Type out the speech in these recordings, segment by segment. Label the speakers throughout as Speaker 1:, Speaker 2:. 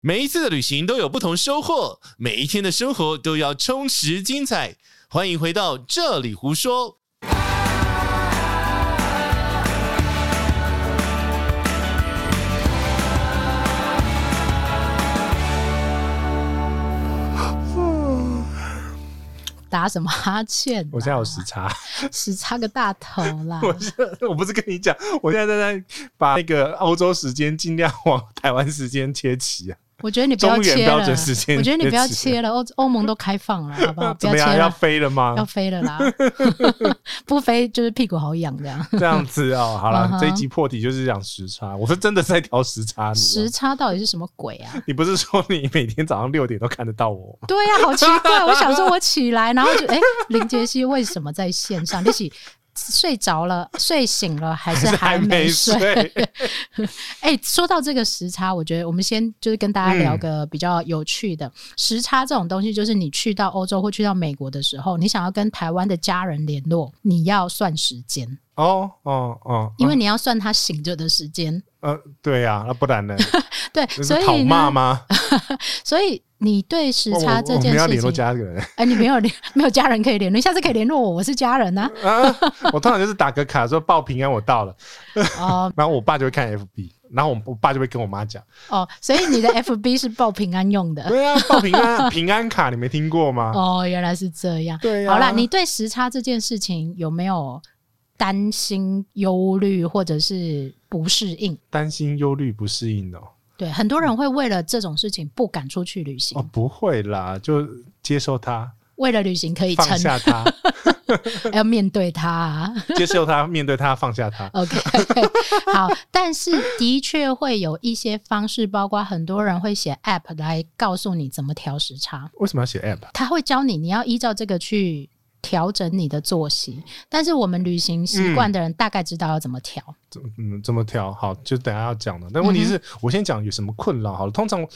Speaker 1: 每一次的旅行都有不同收获，每一天的生活都要充实精彩。欢迎回到这里胡说。
Speaker 2: 打什么哈欠、啊？
Speaker 3: 我现在有时差，
Speaker 2: 时差个大头啦！
Speaker 3: 我现在我不是跟你讲，我现在在把那个欧洲时间尽量往台湾时间切 齐啊。
Speaker 2: 我觉得你不要
Speaker 3: 中原
Speaker 2: 切
Speaker 3: 标
Speaker 2: 了
Speaker 3: 准时，间
Speaker 2: 我觉得你不要
Speaker 3: 切起
Speaker 2: 切了，欧欧盟都开放了，好不 好？不
Speaker 3: 怎么
Speaker 2: 切
Speaker 3: 样？
Speaker 2: 了，
Speaker 3: 要飞 了
Speaker 2: 要
Speaker 3: 吗？
Speaker 2: 飞了啦！ 不飞就是屁股好痒这样。
Speaker 3: 这样子哦，好
Speaker 2: 嗯
Speaker 3: 了，
Speaker 2: 哼
Speaker 3: 这一集破题就是讲时差。我是真的在调时差，你
Speaker 2: 时差到底是什么鬼啊？
Speaker 3: 你不是说你每天早上六点都看得到我吗？
Speaker 2: 对呀、啊好奇怪！我想说，我起来，然后就哎、林杰西为什么在线上？你起睡着了，睡醒了还是还没
Speaker 3: 没
Speaker 2: 睡？ 哎、说到这个时差，我觉得我们先就是跟大家
Speaker 3: 嗯
Speaker 2: 聊个比较有趣的、时差这种东西，就是你去到欧洲或去到美国的时候，你想要跟台湾的家人联络，你要算时间，
Speaker 3: 哦哦哦，
Speaker 2: 因为你要算他醒着的时间。
Speaker 3: 呃，对呀，那不 然呢？
Speaker 2: 对，
Speaker 3: 这
Speaker 2: 所
Speaker 3: 是讨
Speaker 2: 以
Speaker 3: 骂
Speaker 2: 呢，
Speaker 3: 吗？哦
Speaker 2: 所以你对时
Speaker 3: 我
Speaker 2: 差这
Speaker 3: 我
Speaker 2: 件
Speaker 3: 们要
Speaker 2: 事
Speaker 3: 联络
Speaker 2: 情，
Speaker 3: 家人
Speaker 2: 哎、你没有联没有家人可以联络，你下次可以联络我，我是家人啊。
Speaker 3: 啊！我通常就是打个卡说报平安，我到了，
Speaker 2: 哦
Speaker 3: 然后我爸就会看 FB，然后我我爸就会跟我妈 讲，
Speaker 2: 哦，所以你的 FB 是报平安用的。
Speaker 3: 对啊，报平安平安卡，你没听过吗？
Speaker 2: 哦，原来是这样。
Speaker 3: 对啊
Speaker 2: 好啦，你对时差这件事情有没有担心、忧虑或者是不适应？
Speaker 3: 担心、忧虑、不适应哦。
Speaker 2: 对，很多人会为了这种事情不敢出去旅行，
Speaker 3: 哦，不会啦，就接受它，
Speaker 2: 为了旅行可以
Speaker 3: 放
Speaker 2: 撑，
Speaker 3: 下它，
Speaker 2: 要面对它啊、
Speaker 3: 接受它，面对它，放下 它。
Speaker 2: OK，好，但是的确会有一些方式，包括很多人会写 App 来告诉你怎么调时差。
Speaker 3: 为什么要写 app？啊
Speaker 2: 他会教你，你要依照这个去调整你的作息。但是我们旅行习
Speaker 3: 嗯
Speaker 2: 惯的人大概知道要怎么调。
Speaker 3: 怎嗯怎么调？好，就等一下要讲的。但
Speaker 2: 嗯
Speaker 3: 问题是、我先讲有什么困扰好了。通常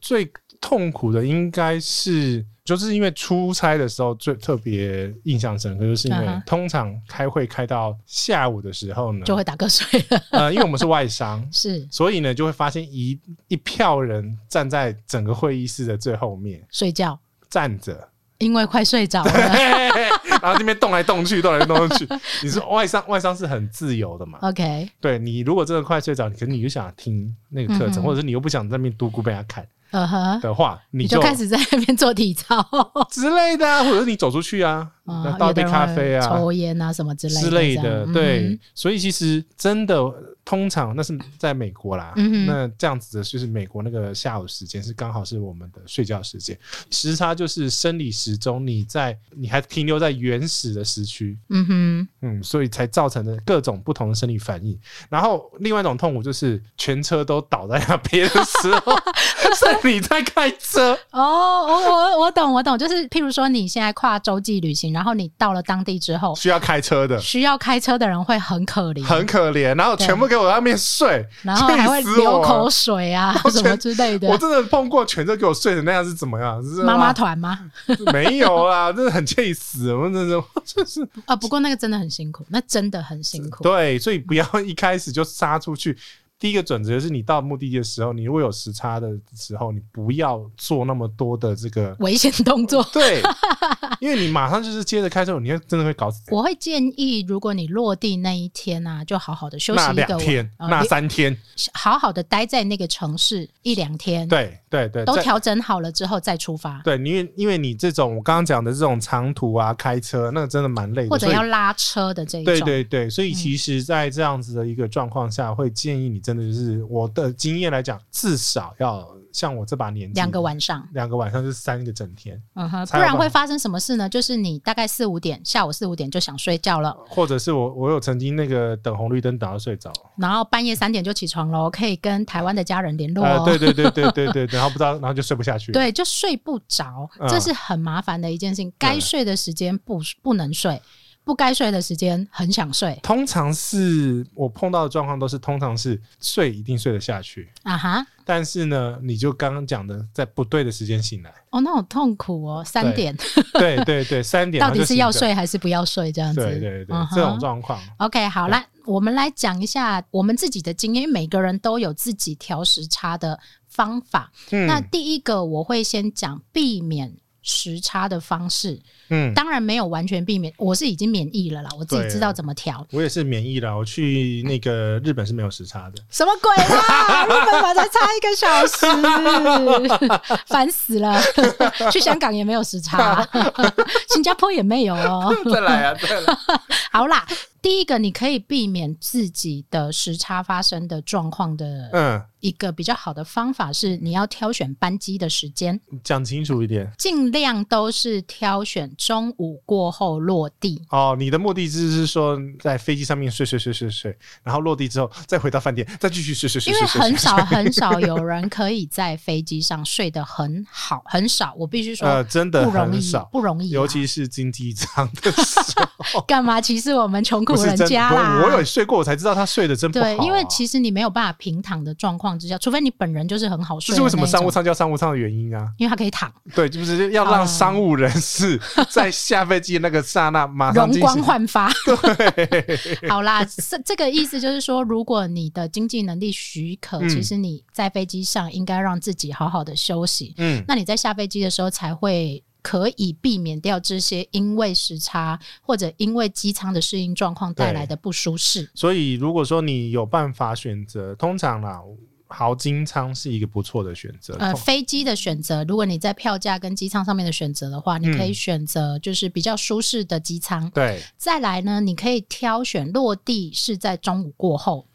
Speaker 3: 最痛苦的应该是，就是因为出差的时候最特别印象深刻，就是因
Speaker 2: 嗯哼
Speaker 3: 为通常开会开到下午的时候呢，
Speaker 2: 就会打瞌睡了。。
Speaker 3: 呃，因为我们是外商
Speaker 2: 是
Speaker 3: 所以呢，就会发现一一票人站在整个会议室的最后面
Speaker 2: 睡觉，
Speaker 3: 站着，
Speaker 2: 因为快睡着 了。
Speaker 3: 然后这边动来动去，动来动去。你说外商外商是很自由的嘛？
Speaker 2: OK，
Speaker 3: 对你如果真的快睡着，可是你又想听那个课程，
Speaker 2: 嗯哼
Speaker 3: 或者是你又不想在那边独孤被他看
Speaker 2: 嗯哼，
Speaker 3: 的话，你
Speaker 2: 你
Speaker 3: 就
Speaker 2: 就开始在那边做体 操，哦
Speaker 3: 之类的、啊，或者是你走出去啊，
Speaker 2: 嗯
Speaker 3: 那倒一杯咖啡
Speaker 2: 有的人
Speaker 3: 啊
Speaker 2: 会抽烟啊什么之类
Speaker 3: 之类
Speaker 2: 的
Speaker 3: 的。
Speaker 2: 这样，
Speaker 3: 对，所以其实真的通常那是在美国啦，
Speaker 2: 嗯哼
Speaker 3: 那这样子的就是美国那个下午时间是刚好是我们的睡觉时间，时差就是生理时钟，你在你还停留在原始的时区，
Speaker 2: 嗯哼，
Speaker 3: 嗯，所以才造成的各种不同的生理反应。然后另外一种痛苦就是全车都倒在那边的时 候，是你在开车，
Speaker 2: 嗯哼，哦，我我我懂，我懂，就是譬如说你现在跨洲际旅行，然后你到了当地之后，
Speaker 3: 需要开车的。
Speaker 2: 需要开车的人会很可怜，
Speaker 3: 很可怜，然后全部给我在那边睡，
Speaker 2: 然后还会
Speaker 3: 气死我
Speaker 2: 流
Speaker 3: 了
Speaker 2: 口水 啊
Speaker 3: 我
Speaker 2: 什
Speaker 3: 全
Speaker 2: 么之类的
Speaker 3: 我。真的碰过全车给我睡成那样是怎么样？是啊
Speaker 2: 妈妈团吗？
Speaker 3: 没有啦，真的很气死，我真的 是就是
Speaker 2: 啊，不过那个真的很辛苦，那真的很辛苦。
Speaker 3: 对，所以不要一开始就杀出去。第一个准则是你到目的地的时候，你如果有时差的时候，你不要做那么多的这个
Speaker 2: 危险动作，
Speaker 3: 对，因为你马上就是接着开车，你会真的会搞死。
Speaker 2: 我会建议，如果你落地那一天啊，就好好的休息
Speaker 3: 那
Speaker 2: 一个
Speaker 3: 两
Speaker 2: 晚
Speaker 3: 天，
Speaker 2: 呃
Speaker 3: 那三天，
Speaker 2: 好好的待在那个城市一两天，，
Speaker 3: 对对对，
Speaker 2: 都
Speaker 3: 在
Speaker 2: 调整好了之后再出发，
Speaker 3: 对，因为因为你这种我刚刚讲的这种长途啊，开车那个真的蛮累的，
Speaker 2: 或者
Speaker 3: 所以
Speaker 2: 要拉车的这一种。嗯
Speaker 3: 对对对，所以其实，在这样子的一个状况下，会建议你真的就是我的经验来讲，至少要像我这把年纪，
Speaker 2: 两个晚上，
Speaker 3: 两个晚上就是三个整天，
Speaker 2: 嗯哼，不
Speaker 3: 嗯才有办
Speaker 2: 然
Speaker 3: 法
Speaker 2: 会发生什么事呢？就是你大概四五点，下午四五点就想睡觉了，
Speaker 3: 或者是我我有曾经那个等红绿灯等到睡着，
Speaker 2: 然后半夜三点就起床了，可以跟台湾的家人联络哦。
Speaker 3: 呃，对对对对对对，然后不知道，然后就睡不下去，，
Speaker 2: 对，就睡不着，
Speaker 3: 嗯
Speaker 2: 这是很麻烦的一件事情。该睡的时间不不能睡，不该睡的时间很想睡
Speaker 3: 通常是我碰到的状况都是，通常是睡一定睡得下去，
Speaker 2: 啊哈！
Speaker 3: 但是呢，你就刚刚讲的，在不对的时间 醒来，
Speaker 2: 哦，那好痛苦哦，三
Speaker 3: 对
Speaker 2: 点
Speaker 3: 对对对，三点
Speaker 2: 到底是要
Speaker 3: 然后就醒着
Speaker 2: 睡还是不要睡这样子？
Speaker 3: 对对对
Speaker 2: 嗯，哼
Speaker 3: 这种状况。
Speaker 2: OK，好啦，我们来讲一下我们自己的经验，因为每个人都有自己调时差的方法。
Speaker 3: 嗯
Speaker 2: 那第一个我会先讲避免时差的方式，
Speaker 3: 嗯，
Speaker 2: 当然没有完全避免，我是已经免疫了啦，我自己
Speaker 3: 对啊
Speaker 2: 知道怎么调。
Speaker 3: 我也是免疫了，我去那个日本是没有时差的。
Speaker 2: 什么鬼 啦！日本法才差一个小 时，烦死了。去香港也没有时差、新加坡也没有哦。
Speaker 3: 再来啊，再来。
Speaker 2: 好啦，第一个你可以避免自己的时差发生的状况的
Speaker 3: 嗯，
Speaker 2: 一个比较好的方法是，你要挑选班机的时间，
Speaker 3: 嗯讲清楚一点
Speaker 2: 尽量都是挑选中午过后落地。
Speaker 3: 哦。你的目的就是说，在飞机上面睡睡睡睡睡，然后落地之后再回到饭店，再继续睡睡
Speaker 2: 因
Speaker 3: 睡
Speaker 2: 为
Speaker 3: 睡睡。
Speaker 2: 很啊少很少有人可以在飞机上睡得很好，很少，我必须说
Speaker 3: 呃，真的
Speaker 2: 不容
Speaker 3: 很
Speaker 2: 易
Speaker 3: 少，，
Speaker 2: 不容易啊、。
Speaker 3: 尤其是经济舱的时候
Speaker 2: 干嘛歧视我们穷苦
Speaker 3: 不是
Speaker 2: 人
Speaker 3: 真
Speaker 2: 家
Speaker 3: 不
Speaker 2: 啦？
Speaker 3: 我有睡过，我才知道他睡得真不好啊、
Speaker 2: 对，因为其实你没有办法平躺的状况之下，除非你本人就是很好
Speaker 3: 这
Speaker 2: 睡。
Speaker 3: 是为什么商务？舱叫商务舱的原因啊？
Speaker 2: 因为它可以躺，
Speaker 3: 对，就是要让
Speaker 2: 哦
Speaker 3: 商务人士在下飞机那个刹那马上
Speaker 2: 容
Speaker 3: 进
Speaker 2: 光
Speaker 3: 行。
Speaker 2: 焕发。 好啦，这这个意思就是说，如果你的经济能力许可，
Speaker 3: 嗯
Speaker 2: 其实你在飞机上应该让自己好好的休息。
Speaker 3: 嗯，
Speaker 2: 那你在下飞机的时候才会。可以避免掉这些因为时差或者因为机舱的适应状况带来的不舒适。
Speaker 3: 所以如果说你有办法选择，通常啦，豪金仓是一个不错的选择。
Speaker 2: 呃，
Speaker 3: 通
Speaker 2: 飞机的选择，如果你在票价跟机舱上面的选择的话，你
Speaker 3: 嗯
Speaker 2: 可以选择就是比较舒适的机舱。
Speaker 3: 对，
Speaker 2: 再来呢，你可以挑选落地是在中午过后。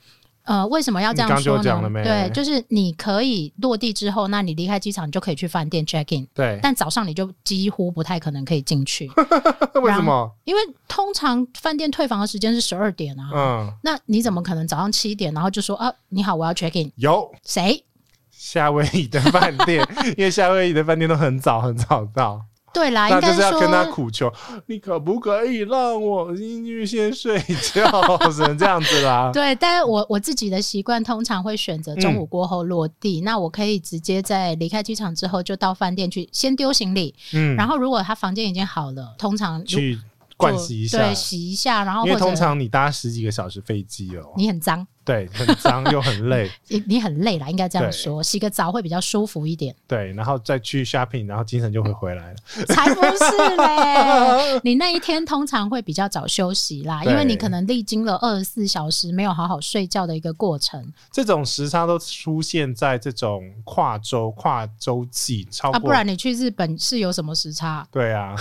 Speaker 2: 呃，为什么要这
Speaker 3: 你
Speaker 2: 样
Speaker 3: 刚就
Speaker 2: 说
Speaker 3: 讲了没
Speaker 2: 呢？对，就是你可以落地之后，那你离开机场，你就可以去饭店 check in，
Speaker 3: 对，
Speaker 2: 但早上你就几乎不太可能可以进去，
Speaker 3: 为什么？
Speaker 2: 因为通常饭店退房的时间是十二点啊。
Speaker 3: 嗯，
Speaker 2: 那你怎么可能早上七点，然后就说啊，你好，我要 check in？
Speaker 3: 有
Speaker 2: 谁？
Speaker 3: 夏威夷的饭店， 因为夏威夷的饭店都很早很早到，
Speaker 2: 对啦，啊应
Speaker 3: 那就
Speaker 2: 该
Speaker 3: 是要
Speaker 2: 说
Speaker 3: 跟他苦求，你可不可以让我进去先睡觉，只能这样子啦。
Speaker 2: 对，但是我我自己的习惯通常会选择中午过后落
Speaker 3: 嗯
Speaker 2: 地，那我可以直接在离开机场之后就到饭店去先丢行李，
Speaker 3: 嗯，
Speaker 2: 然后如果他房间已经好了，通常就
Speaker 3: 去灌洗一下，
Speaker 2: 对，洗一下，然后
Speaker 3: 因为
Speaker 2: 哦或
Speaker 3: 通
Speaker 2: 者
Speaker 3: 常你搭十几个小时飞机哦，
Speaker 2: 你很脏，
Speaker 3: 对，很脏又很累，
Speaker 2: 你你很累啦，应该这样
Speaker 3: 对
Speaker 2: 说，洗个澡会比较舒服一点，
Speaker 3: 对，然后再去 shopping，然后精神就会回来了。
Speaker 2: 才不是嘞！你那一天通常会比较早休息啦，因为
Speaker 3: 对
Speaker 2: 你可能历经了二十四小时没有好好睡觉的一个过程
Speaker 3: 这种时差都出现在这种跨州、跨洲际超
Speaker 2: 啊，
Speaker 3: 过，
Speaker 2: 不然你去日本是有什么时差？
Speaker 3: 对啊，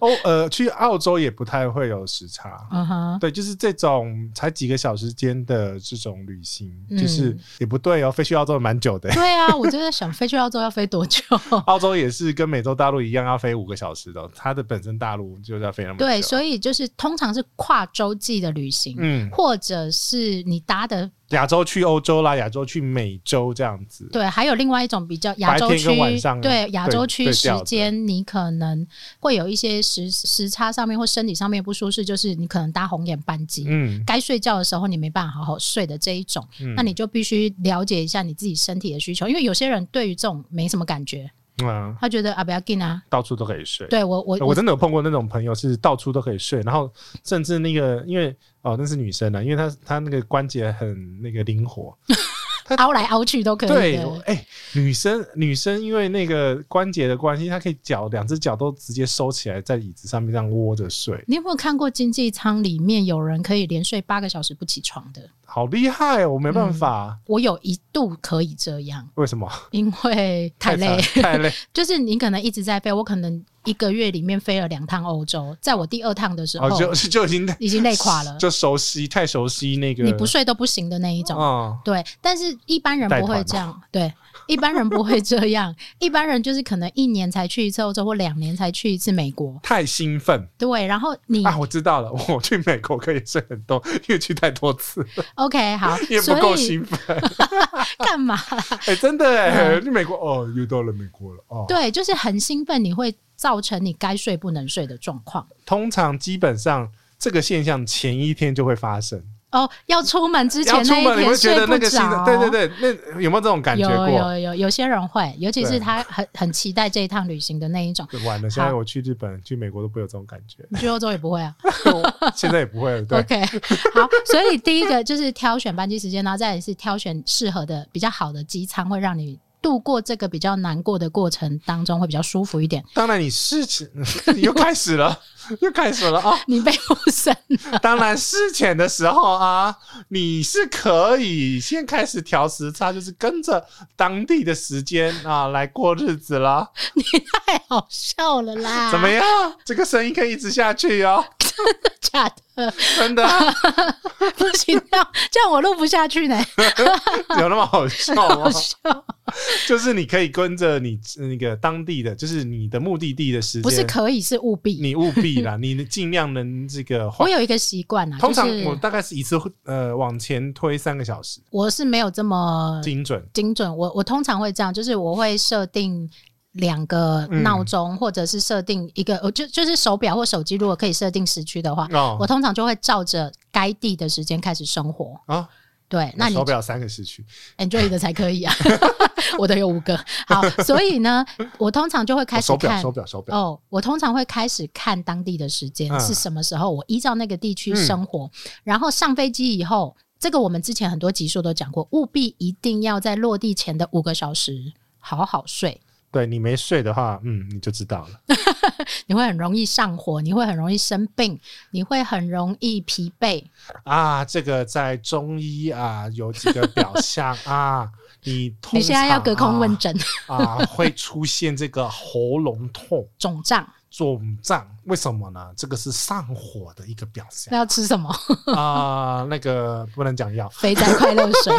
Speaker 3: 欧呃去澳洲也不太会有时差。
Speaker 2: 嗯哼。
Speaker 3: 对，就是这种才几个小时间的这种旅行，
Speaker 2: 嗯
Speaker 3: 就是也不对哦。飞去澳洲蛮久的，
Speaker 2: 对啊，我就在想飞去澳洲要飞多久？
Speaker 3: 澳洲也是跟美洲大陆一样要飞五个小时的哦，它的本身大陆就是要飞那么久。啊
Speaker 2: 对，
Speaker 3: 以
Speaker 2: 所以就是通常是跨洲际的旅行，
Speaker 3: 嗯，
Speaker 2: 或者是你搭的
Speaker 3: 亚洲去欧洲啦，亚洲去美洲这样子。
Speaker 2: 对，还有另外一种比较亚洲
Speaker 3: 白天
Speaker 2: 区
Speaker 3: 跟晚上啊，
Speaker 2: 对亚洲
Speaker 3: 对
Speaker 2: 区
Speaker 3: 对
Speaker 2: 时
Speaker 3: 调的
Speaker 2: 间，你可能会有一些时时差上面或身体上面不舒适，就是你可能搭红眼班机。
Speaker 3: 嗯，
Speaker 2: 该睡觉的时候你没办法好好睡的这一种，
Speaker 3: 嗯
Speaker 2: 那你就必须了解一下你自己身体的需求，因为有些人对于这种没什么感觉，
Speaker 3: 嗯，
Speaker 2: 他觉得啊不要紧啊，
Speaker 3: 到处都可以睡。呃
Speaker 2: 对我我
Speaker 3: 我真的有碰过那种朋友，是到处都可以睡，然后甚至那个因为哦那是女生啊，因为她她那个关节很那个灵活，
Speaker 2: 凹来凹去都可以
Speaker 3: 对，我
Speaker 2: 的，
Speaker 3: 哎、女生女生因为那个关节的关系，她可以脚两只脚都直接收起来，在椅子上面这样窝着睡，
Speaker 2: 你有没有看过经济舱里面有人可以连睡八个小时不起床的？
Speaker 3: 好厉害、哦！我没办法，
Speaker 2: 我有一度可以这样，
Speaker 3: 为什么？
Speaker 2: 因为太累，
Speaker 3: 惨太 累。
Speaker 2: 就是你可能一直在飞，我可能一个月里面飞了两趟欧洲，在我第二趟的时候、
Speaker 3: 哦，就就已经
Speaker 2: 已经累垮了，
Speaker 3: 就熟悉太熟悉那个，
Speaker 2: 你不睡都不行的那一种。
Speaker 3: 啊、
Speaker 2: 对，但是一般人不会这样，对，一般人不会这样， 一般人就是可能一年才去一次欧洲，或两年才去一次美国。
Speaker 3: 太兴奋
Speaker 2: 对，然后你、
Speaker 3: 啊！我知道了， 我去美国可以睡很多，因为去太多次了，
Speaker 2: OK 好，
Speaker 3: 也不够
Speaker 2: 所以
Speaker 3: 兴奋。
Speaker 2: 干嘛
Speaker 3: 哎、真的哎、 去美国哦，又到了美国了哦。
Speaker 2: 嗯对，就是很兴奋，你会造成你该睡不能睡的状况。
Speaker 3: 通常基本上这个现象前一天就会发生，
Speaker 2: 哦，要出门之前
Speaker 3: 要
Speaker 2: 那
Speaker 3: 出
Speaker 2: 一
Speaker 3: 门你
Speaker 2: 天
Speaker 3: 会觉
Speaker 2: 睡
Speaker 3: 得
Speaker 2: 不
Speaker 3: 那个心
Speaker 2: 着，
Speaker 3: 的，对对对，那有没有这种感觉
Speaker 2: 有
Speaker 3: 过？
Speaker 2: 有有有些人会，尤其
Speaker 3: 对
Speaker 2: 是他很很期待这一趟旅行的那一种，
Speaker 3: 对完了，现在
Speaker 2: 好
Speaker 3: 我去日本、去美国都不会有这种感 觉，
Speaker 2: 你去欧洲也不会 啊。
Speaker 3: 现在也不会了。对，
Speaker 2: OK，好， 所以第一个就是挑选班机时间，然后再来是挑选适合的、比较好的机舱，会让你度过这个比较难过的过程当中会比较舒服一点。
Speaker 3: 当然你事情 你又开始了， 又开始了啊！
Speaker 2: 你被附身，
Speaker 3: 当然事前的时候啊，你是可以先开始调时差，就是跟着当地的时间啊来过日子啦。
Speaker 2: 你太好笑了啦！
Speaker 3: 怎么？样？这个声音可以一直下去哦，
Speaker 2: 假的，
Speaker 3: 真的啊
Speaker 2: 不行，这样这样我录不下去呢，
Speaker 3: 有那么好 笑吗
Speaker 2: 好？笑。
Speaker 3: 就是你可以跟着你那个当地的，就是你的目的地的时间，
Speaker 2: 不是可以，是务必。
Speaker 3: 你务必啦， 你尽量能这个
Speaker 2: 我
Speaker 3: 换。
Speaker 2: 有一个习惯啊，
Speaker 3: 通常
Speaker 2: 就是
Speaker 3: 我大概是一次呃往前推三个小时，
Speaker 2: 我是没有这么
Speaker 3: 精准。
Speaker 2: 精准。我我通常会这样，就是我会设定两个
Speaker 3: 嗯
Speaker 2: 闹钟，或者是设定一个，哦我就就是手表或手机，如果可以设定时区的话，
Speaker 3: 哦
Speaker 2: 我通常就会照着该地的时间开始生活。
Speaker 3: 啊，
Speaker 2: 对，那你
Speaker 3: 手表三个时区，
Speaker 2: enjoy 的才可以啊， 我的有五个。好，所以呢，我通常就会开始
Speaker 3: 哦手表
Speaker 2: 看
Speaker 3: 手。表手表，
Speaker 2: 哦，我通常会开始看当地的时间、
Speaker 3: 嗯
Speaker 2: 是什么时候，我依照那个地区生活，然后上飞机以后，这个我们之前很多集数都讲过，务必一定要在落地前的五个小时好好睡，
Speaker 3: 对你没睡的话，嗯，你就知道了。
Speaker 2: 你会很容易上火，你会很容易生病，你会很容易疲惫。
Speaker 3: 啊，这个在中医啊有几个表 象啊，你通
Speaker 2: 你现在要
Speaker 3: 常
Speaker 2: 隔空问诊、
Speaker 3: 啊啊，会出现这个喉咙痛、
Speaker 2: 肿胀，
Speaker 3: 肿胀，为什么呢？这个是上火的一个表象
Speaker 2: 那要吃什么？
Speaker 3: 啊。那个不能讲药，
Speaker 2: 肥宅快乐 水，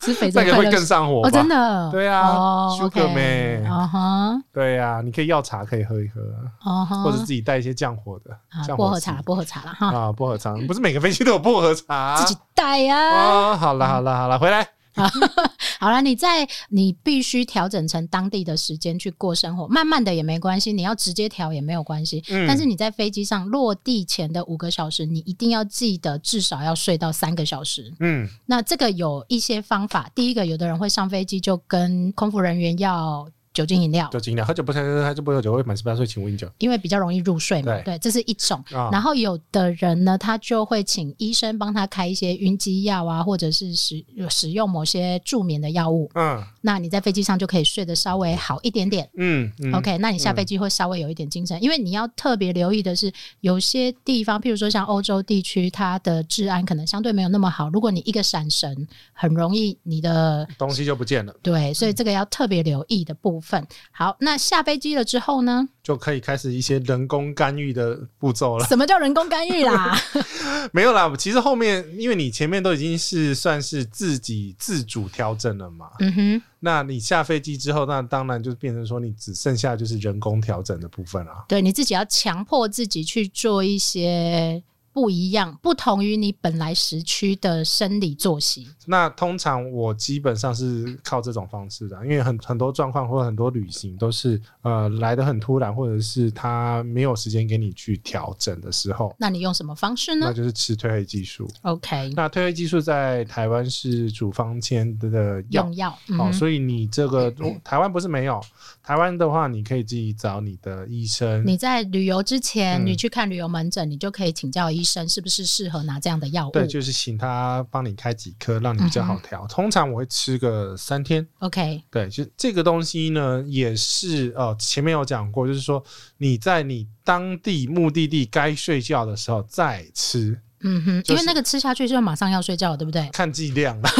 Speaker 2: 吃肥
Speaker 3: 那
Speaker 2: 宅
Speaker 3: 个
Speaker 2: 快
Speaker 3: 会
Speaker 2: 乐
Speaker 3: 更
Speaker 2: 水。
Speaker 3: 上火吧
Speaker 2: 哦，真。的，
Speaker 3: 对啊
Speaker 2: 哦
Speaker 3: sugar
Speaker 2: ，OK，
Speaker 3: man
Speaker 2: 嗯哼，
Speaker 3: 对呀、你可以药茶可以喝一喝，
Speaker 2: 嗯哼，
Speaker 3: 或者自己带一些降火的
Speaker 2: 啊
Speaker 3: 降
Speaker 2: 薄荷
Speaker 3: 剂
Speaker 2: 茶，薄荷茶了哈，
Speaker 3: 啊，薄荷茶，不是每个飞机都有薄荷茶。
Speaker 2: 自己带呀、
Speaker 3: 哦，好了好了好了，回来。
Speaker 2: 好了，你在你必须调整成当地的时间去过生活，慢慢的也没关系，你要直接调也没有关系。
Speaker 3: 嗯
Speaker 2: 但是你在飞机上落地前的五个小时，你一定要记得至少要睡到三个小时。
Speaker 3: 嗯，
Speaker 2: 那这个有一些方法，第一个，有的人会上飞机就跟空服人员要酒精饮料。
Speaker 3: 酒精饮料，喝酒不喝，喝酒不喝酒，未满十八岁请勿饮酒。
Speaker 2: 因为比较容易入睡嘛，
Speaker 3: 对
Speaker 2: 对，这是一种。
Speaker 3: 啊
Speaker 2: 然后有的人呢，他就会请医生帮他开一些晕机药啊，或者是使使用某些助眠的药物。
Speaker 3: 嗯
Speaker 2: 那你在飞机上就可以睡得稍微好一点点。
Speaker 3: 嗯嗯
Speaker 2: OK，那你下飞机会稍微有一点精神，因为你要特别留意的是，有些地方，譬如说像欧洲地区，它的治安可能相对没有那么好。如果你一个闪神，很容易你的
Speaker 3: 东西就不见了，
Speaker 2: 对，所以这个要特别留意的部分。好，那下飞机了之后呢？
Speaker 3: 就可以开始一些人工干预的步骤了。
Speaker 2: 什么叫人工干预 啦？
Speaker 3: 没有啦，其实后面因为你前面都已经是算是自己自主调整了嘛，
Speaker 2: 嗯哼，
Speaker 3: 那你下飞机之后，那当然就变成说你只剩下就是人工调整的部分啦。
Speaker 2: 对，你自己要强迫自己去做一些不一样、不同于你本来时区的生理作息。
Speaker 3: 那通常我基本上是靠这种方式的，因为很很多状况或者很多旅行都是呃来的很突然，或者是他没有时间给你去调整的时候，
Speaker 2: 那你用什么方式
Speaker 3: 那
Speaker 2: 呢
Speaker 3: 就是吃褪黑激素。
Speaker 2: ？OK，
Speaker 3: 那褪黑激素在台湾是处方签的药
Speaker 2: 用。药。嗯
Speaker 3: 哦，
Speaker 2: 哼
Speaker 3: 所以你这个哦台湾不是没有，台湾的话，你可以自己找你的医生。
Speaker 2: 你在旅游之前，
Speaker 3: 嗯
Speaker 2: 你去看旅游门诊，你就可以请教医生是不是适合拿这样的药物。
Speaker 3: 对，就是请他帮你开几颗，让你比较好
Speaker 2: 嗯
Speaker 3: 调。通常我会吃个三天。
Speaker 2: OK，
Speaker 3: 对，就这个东西呢，也是呃，前面有讲过，就是说你在你当地目的地该睡觉的时候再吃，
Speaker 2: 嗯哼，
Speaker 3: 就是
Speaker 2: 因为那个吃下去就马上要睡觉了，对不对？
Speaker 3: 看剂量 啦。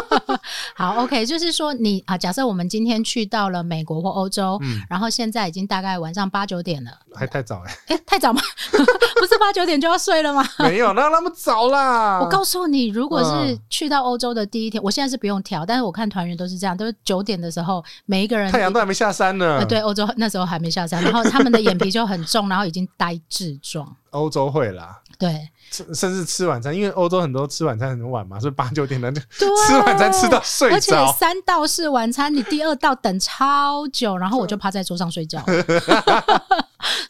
Speaker 2: 好，OK，就是说你啊，假设我们今天去到了美国或欧洲，
Speaker 3: 嗯
Speaker 2: 然后现在已经大概晚上八九点了，
Speaker 3: 还太早哎、
Speaker 2: 哎、太早吗？ 不是八九点就要睡了吗？
Speaker 3: 没有，那那么早啦。
Speaker 2: 我告诉你，如果是
Speaker 3: 啊嗯
Speaker 2: 去到欧洲的第一天，我现在是不用调，但是我看团员都是这样，都是九点的时候，每一个人
Speaker 3: 太阳都还没下山呢。
Speaker 2: 呃，对，欧洲那时候还没下山，然后他们的眼皮就很重，然后已经呆滞状。
Speaker 3: 欧洲会啦，
Speaker 2: 对，
Speaker 3: 甚甚至吃晚餐，因为欧洲很多吃晚餐很晚嘛，所以八九点呢就
Speaker 2: 对
Speaker 3: 吃晚餐吃到睡
Speaker 2: 而且
Speaker 3: 着。
Speaker 2: 三道是晚餐，你第二道等超久，然后我就趴在桌上睡觉。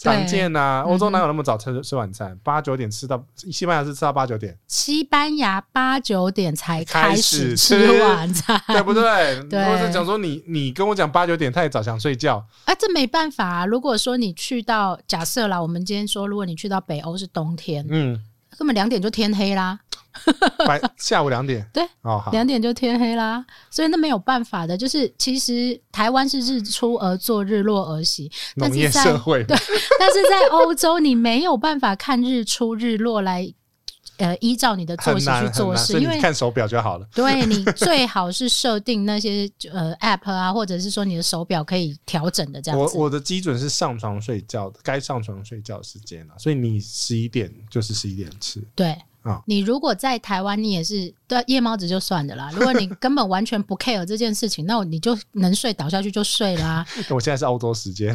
Speaker 3: 常见啊，
Speaker 2: 对
Speaker 3: 欧洲哪有那么早吃吃晚餐？八九点吃到西班牙是吃到八 九点，
Speaker 2: 西班牙八九点才
Speaker 3: 开
Speaker 2: 开
Speaker 3: 始
Speaker 2: 始
Speaker 3: 吃
Speaker 2: 吃晚餐，
Speaker 3: 对不对？
Speaker 2: 对
Speaker 3: 或者讲说你你跟我讲八九点太早想睡觉，
Speaker 2: 啊，这没办法、啊。如果说你去到假设啦，我们今天说，如果你去到北欧是冬天，
Speaker 3: 嗯，
Speaker 2: 根本两点就天黑啦，
Speaker 3: 白下午两点，
Speaker 2: 对，
Speaker 3: 哦好，
Speaker 2: 两点就天黑啦，所以那没有办法的。就是其实台湾是日出而作，日落而息，但
Speaker 3: 农业
Speaker 2: 是在
Speaker 3: 社会，
Speaker 2: 但是在欧洲你没有办法看日出日落来，呃，依照你的作
Speaker 3: 很
Speaker 2: 息去
Speaker 3: 难很
Speaker 2: 做
Speaker 3: 难，
Speaker 2: 事，
Speaker 3: 所以
Speaker 2: 因
Speaker 3: 你
Speaker 2: 为
Speaker 3: 看手表就好了。
Speaker 2: 对你最好是设定那些呃 app 啊，或者是说你的手表可以调整的这样
Speaker 3: 我
Speaker 2: 子。
Speaker 3: 我的基准是上床睡觉，该上床睡觉时间啊了、所以你十一点就是十一点 吃，
Speaker 2: 对
Speaker 3: 啊
Speaker 2: 你如果在台湾，你也是对夜猫子就算的啦。如果你根本完全不 care 这件事情，那你就能睡倒下去就睡啦、
Speaker 3: 我现在是欧洲时间，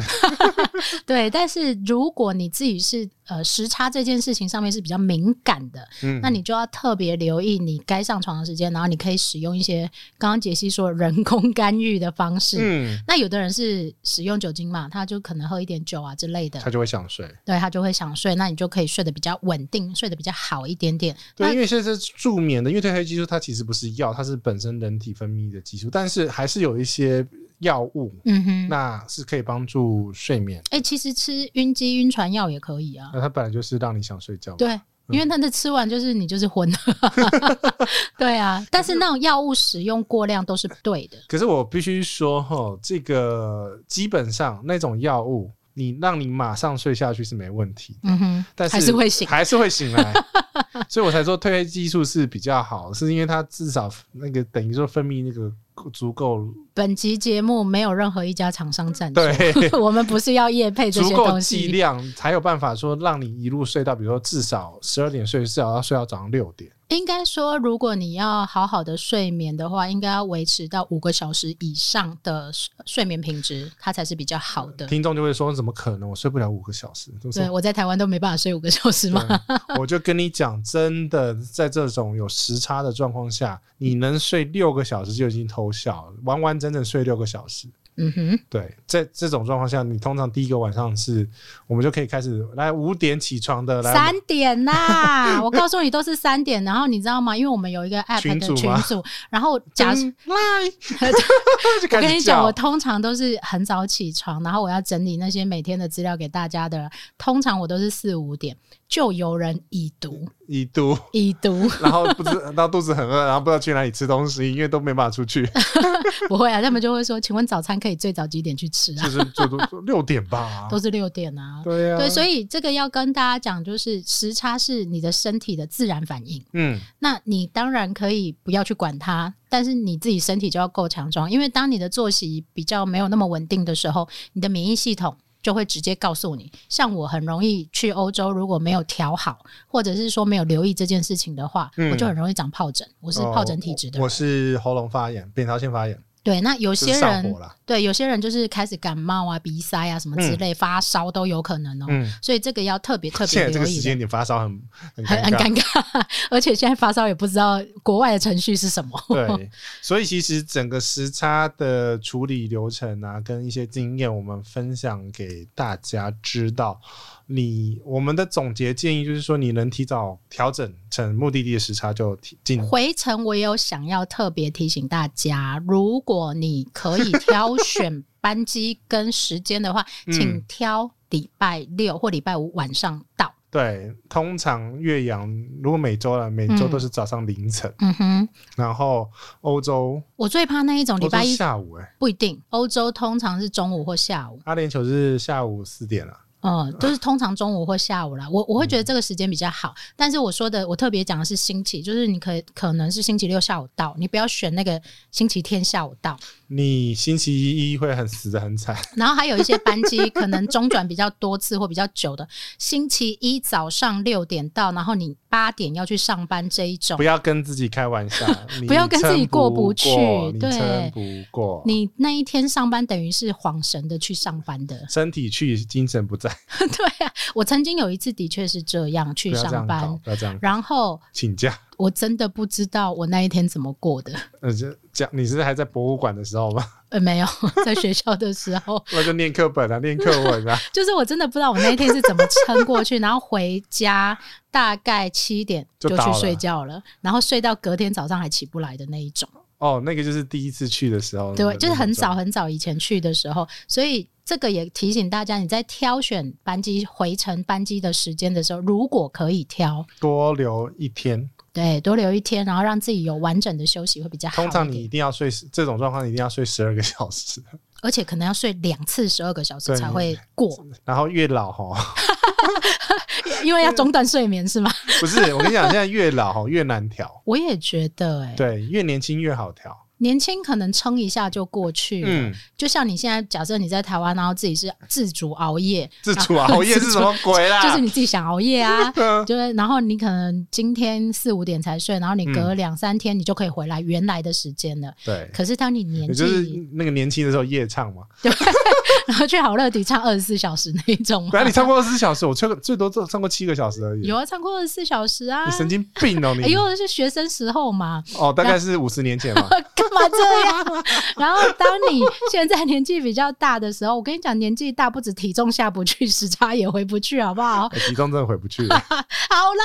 Speaker 2: 对，但是如果你自己是呃时差这件事情上面是比较敏感的，
Speaker 3: 嗯，
Speaker 2: 那你就要特别留意你该上床的时间，然后你可以使用一些刚刚杰西说的人工干预的方式。
Speaker 3: 嗯，
Speaker 2: 那有的人是使用酒精嘛，他就可能喝一点酒啊之类的，
Speaker 3: 他就会想睡。
Speaker 2: 对他就会想睡，那你就可以睡得比较稳定，睡得比较好一点点。
Speaker 3: 对，
Speaker 2: 那
Speaker 3: 因为现在是助眠的，因为褪黑激素它其实不是药，它是本身人体分泌的激素，但是还是有一些药物，
Speaker 2: 嗯哼，
Speaker 3: 那是可以帮助睡眠。
Speaker 2: 哎、其实吃晕机晕船药也可以啊。
Speaker 3: 那它本来就是让你想睡觉嘛，
Speaker 2: 对，因为它的吃完就是你就是 昏了，对啊。但是那种药物使用过量都是不对的，
Speaker 3: 可是我必须说哈，这个基本上那种药物，你让你马上睡下去是没问题的，
Speaker 2: 嗯哼，
Speaker 3: 但是
Speaker 2: 还是会醒。
Speaker 3: 还是会醒来。所以我才说褪黑激素是比较好，是因为它至少那个等于说分泌那个足够
Speaker 2: 本集节目没有任何一家厂商赞助，
Speaker 3: 对
Speaker 2: 我们不是要业配这
Speaker 3: 足
Speaker 2: 些
Speaker 3: 够
Speaker 2: 东
Speaker 3: 剂
Speaker 2: 西。
Speaker 3: 量，才有办法说让你一路睡到，比如说至少十二点睡，至少要睡到早上六点。
Speaker 2: 应该说，如果你要好好的睡眠的话，应该要维持到五个小时以上的睡睡眠品质，它才是比较好的。
Speaker 3: 听众就会说：怎么可能？我睡不了五个小时。就
Speaker 2: 对，
Speaker 3: 是
Speaker 2: 我在台湾都没办法睡五个小时嘛。
Speaker 3: 对我就跟你讲，真的，在这种有时差的状况下，你能睡六个小时就已经偷笑了，完完整整睡六个小时。
Speaker 2: 嗯哼，
Speaker 3: 对，在这种状况下，你通常第一个晚上是，我们就可以开始来五点起床的，来
Speaker 2: 三点呐、 我告诉你都是三点。然后你知道吗？因为我们有一个 app
Speaker 3: 群
Speaker 2: 的
Speaker 3: 组嗯
Speaker 2: 群
Speaker 3: 吗
Speaker 2: 组，然后假设、
Speaker 3: 就
Speaker 2: 我
Speaker 3: 开
Speaker 2: 跟
Speaker 3: 始
Speaker 2: 你讲，
Speaker 3: 叫
Speaker 2: 我通常都是很早起床，然后我要整理那些每天的资料给大家的。通常我都是四五点就有人已读，
Speaker 3: 已读，
Speaker 2: 已读
Speaker 3: 然后不知， 然后肚子很饿，然后不知道去哪里吃东西，因为都没办法出去，
Speaker 2: 不会啊，他们就会说：“请问早餐可以最早几点去吃啊
Speaker 3: 就是最多六点吧？”，
Speaker 2: 都是六点啊。
Speaker 3: 对呀、啊，
Speaker 2: 对，所以这个要跟大家讲，就是时差是你的身体的自然反应。
Speaker 3: 嗯，
Speaker 2: 那你当然可以不要去管它，但是你自己身体就要够强壮，因为当你的作息比较没有那么稳定的时候，你的免疫系统。就会直接告诉你，像我很容易去欧洲，如果没有调好，或者是说没有留意这件事情的话，
Speaker 3: 嗯
Speaker 2: 我就很容易长疱疹。我
Speaker 3: 我
Speaker 2: 是疱疹体质的人
Speaker 3: 哦我，是喉咙发炎、扁桃腺发炎，
Speaker 2: 对。那有
Speaker 3: 就
Speaker 2: 些
Speaker 3: 是上
Speaker 2: 人
Speaker 3: 火啦。
Speaker 2: 对有些人就是开始感冒啊、鼻塞啊什么之类，发烧都有可能哦。
Speaker 3: 嗯，
Speaker 2: 所以这个要特别特
Speaker 3: 现
Speaker 2: 别
Speaker 3: 在这
Speaker 2: 留
Speaker 3: 个时
Speaker 2: 意
Speaker 3: 间
Speaker 2: 的。
Speaker 3: 点发烧很 很
Speaker 2: 很
Speaker 3: 尴
Speaker 2: 很尴
Speaker 3: 尬。
Speaker 2: 尬， 而且现在发烧也不知道国外的程序是什么。
Speaker 3: 对，所以其实整个时差的处理流程啊，跟一些经验，我们分享给大家知道。你我们的总结建议就是说，你能提早调整成目的地的时差就提进。
Speaker 2: 回程我也有想要特别提醒大家，如果你可以挑选班机跟时间 的话，
Speaker 3: 嗯
Speaker 2: 请挑礼拜六或礼拜五晚上到。
Speaker 3: 对，通常岳阳如果美洲了，每周都是早上凌晨，
Speaker 2: 嗯哼，
Speaker 3: 然后欧洲
Speaker 2: 我最怕那一种
Speaker 3: 欧
Speaker 2: 哦礼
Speaker 3: 洲
Speaker 2: 拜一
Speaker 3: 下午哎、
Speaker 2: 不一定，欧洲通常是中午或下午，
Speaker 3: 阿联酋是下午四点啊，
Speaker 2: 嗯，就是通常中午或下午啦。我我会觉得这个时间比较好，但是我说的我特别讲的是星期，就是你可可能是星期六下午到，你不要选那个星期天下午到。
Speaker 3: 你星期一会很死的很惨。
Speaker 2: 然后还有一些班机可能中转比较多次或比较久的，星期一早上六点到，然后你八点要去上班这一种
Speaker 3: 不，要跟自己开玩 笑，
Speaker 2: 哦
Speaker 3: 你
Speaker 2: 不要跟自己过不去
Speaker 3: 撑不过
Speaker 2: 对
Speaker 3: 你撑不过，。
Speaker 2: 你那一天上班等于是恍神的去上班的
Speaker 3: 身体去，精神不在，
Speaker 2: 对啊，我曾经有一次的确是这样
Speaker 3: 不
Speaker 2: 去
Speaker 3: 要这样
Speaker 2: 上
Speaker 3: 搞，
Speaker 2: 班，
Speaker 3: 不要这样 搞，
Speaker 2: 然后
Speaker 3: 请假。
Speaker 2: 我真的不知道我那一天怎么过的。
Speaker 3: 呃，这讲你是还在博物馆的时候吗？
Speaker 2: 呃，没有， 在学校的时候，
Speaker 3: 那就念课本啊，念课文啊。
Speaker 2: 就是我真的不知道我那一天是怎么撑过去，然后回家大概七点
Speaker 3: 就
Speaker 2: 就
Speaker 3: 倒
Speaker 2: 去
Speaker 3: 了
Speaker 2: 睡觉了，然后睡到隔天早上还起不来的那一种。
Speaker 3: 哦，那个就是第一次去的时候，
Speaker 2: 对，就是很早
Speaker 3: 那种
Speaker 2: 很早以前去的时候，所以这个也提醒大家，你在挑选班机回程班机的时间的时候，如果可以挑，
Speaker 3: 多留一天。
Speaker 2: 对，多留一天，然后让自己有完整的休息会比较好一
Speaker 3: 通
Speaker 2: 点。
Speaker 3: 常你一定要睡这种状况，你一定要睡十二个小时，
Speaker 2: 而且可能要睡两次十二个小时
Speaker 3: 对
Speaker 2: 才会过，
Speaker 3: 然后越老哈，
Speaker 2: 因为要中断睡眠是吗？
Speaker 3: 不是我跟你讲，现在越老哈越难调，
Speaker 2: 我也觉得、欸，哎，
Speaker 3: 对，越年轻越好调。
Speaker 2: 年轻可能撑一下就过去了。
Speaker 3: 嗯，
Speaker 2: 就像你现在，假设你在台湾，然后自己是自主熬夜，
Speaker 3: 自主 啊，熬夜是什么鬼啦？，
Speaker 2: 就是你自己想熬夜啊
Speaker 3: 嗯
Speaker 2: 就是然后你可能今天四五点才睡，然后你
Speaker 3: 嗯
Speaker 2: 隔两三天你就可以回来原来的时间了。
Speaker 3: 对，
Speaker 2: 可是当你年纪，
Speaker 3: 也就是那个年轻的时候夜唱嘛。
Speaker 2: 然后去好乐迪唱二十四小时那一种嘛，
Speaker 3: 本来啊你唱过二十四小时，我最最多唱过七个小时而已。
Speaker 2: 有啊，唱过二十四小时啊
Speaker 3: 你，神经病 哦、
Speaker 2: 哎
Speaker 3: 你！
Speaker 2: 呦，是学生时候嘛，
Speaker 3: 哦，大概是五十年前 嘛。
Speaker 2: 干嘛这样？ 然后当你现在年纪比较大的时候，我跟你讲，年纪大不止体重下不去，时差也回不去，好不好？
Speaker 3: 哎体重真的回不去了。
Speaker 2: 好啦，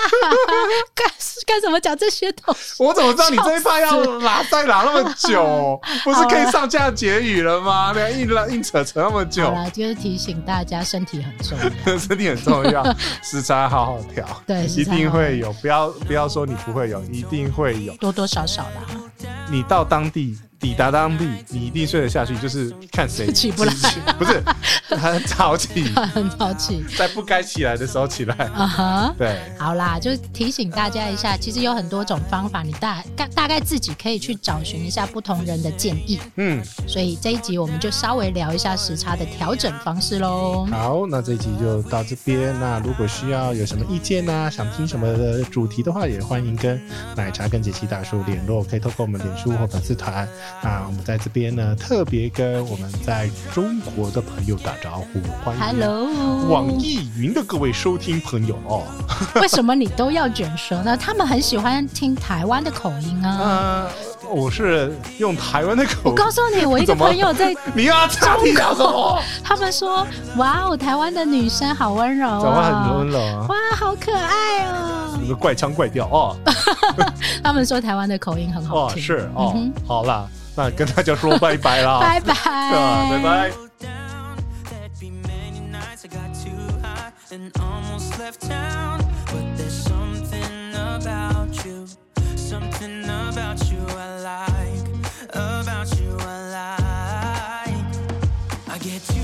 Speaker 2: 干干什么讲这些东西？
Speaker 3: 我怎么知道你这一趴要拉再拉那么 久？哦不是可以上架结语了吗？你还硬拉硬扯扯那么
Speaker 2: 啊
Speaker 3: 久
Speaker 2: 好，啦，就是提醒大家身体很重要。
Speaker 3: 身体很重要， 时差好好调。
Speaker 2: 对时
Speaker 3: 一
Speaker 2: 差好
Speaker 3: 定会有，不要不要说你不会有，一定会有。
Speaker 2: 多多少少啦，
Speaker 3: 你到当地抵达当地，你一定睡得下去，就是看谁
Speaker 2: 起不来，
Speaker 3: 不是很早起，
Speaker 2: 很好奇
Speaker 3: 在不该起来的时候起来。
Speaker 2: 啊哈。
Speaker 3: 对，
Speaker 2: 好啦，就是提醒大家一下，其实有很多种方法，你大大大概自己可以去找寻一下不同人的建议。
Speaker 3: 嗯，
Speaker 2: 所以这一集我们就稍微聊一下时差的调整方式喽。
Speaker 3: 好，那这一集就到这边。那如果需要有什么意见呢、想听什么的呃主题的话，也欢迎跟奶茶跟杰西大叔联络，可以透过我们脸书或粉丝团。那我们在这边呢，特别跟我们在中国的朋友打招呼，欢迎
Speaker 2: Hello，
Speaker 3: 网易云的各位收听朋友哦。
Speaker 2: 为什么你都要卷舌呢？他们很喜欢听台湾的口音啊。
Speaker 3: 呃，我是用台湾的口
Speaker 2: 我
Speaker 3: 音，
Speaker 2: 告诉你，我一个
Speaker 3: 怎么
Speaker 2: 朋友 在，
Speaker 3: 你要插屁聊什么？
Speaker 2: 他们说，哇哦，台湾的女生好温柔、啊，
Speaker 3: 讲话很温柔啊，
Speaker 2: 哇，好可爱哦
Speaker 3: 有。个怪腔怪调哦。
Speaker 2: 他们说台湾的口音很好
Speaker 3: 哦，
Speaker 2: 听，
Speaker 3: 是哦
Speaker 2: 嗯，
Speaker 3: 好啦，那跟大家说拜拜 啦，
Speaker 2: 拜拜，
Speaker 3: 啊拜拜。
Speaker 4: down. There'd be many nights I got too high and almost left town. But there's something about you, something about you I like, about you I like. I get too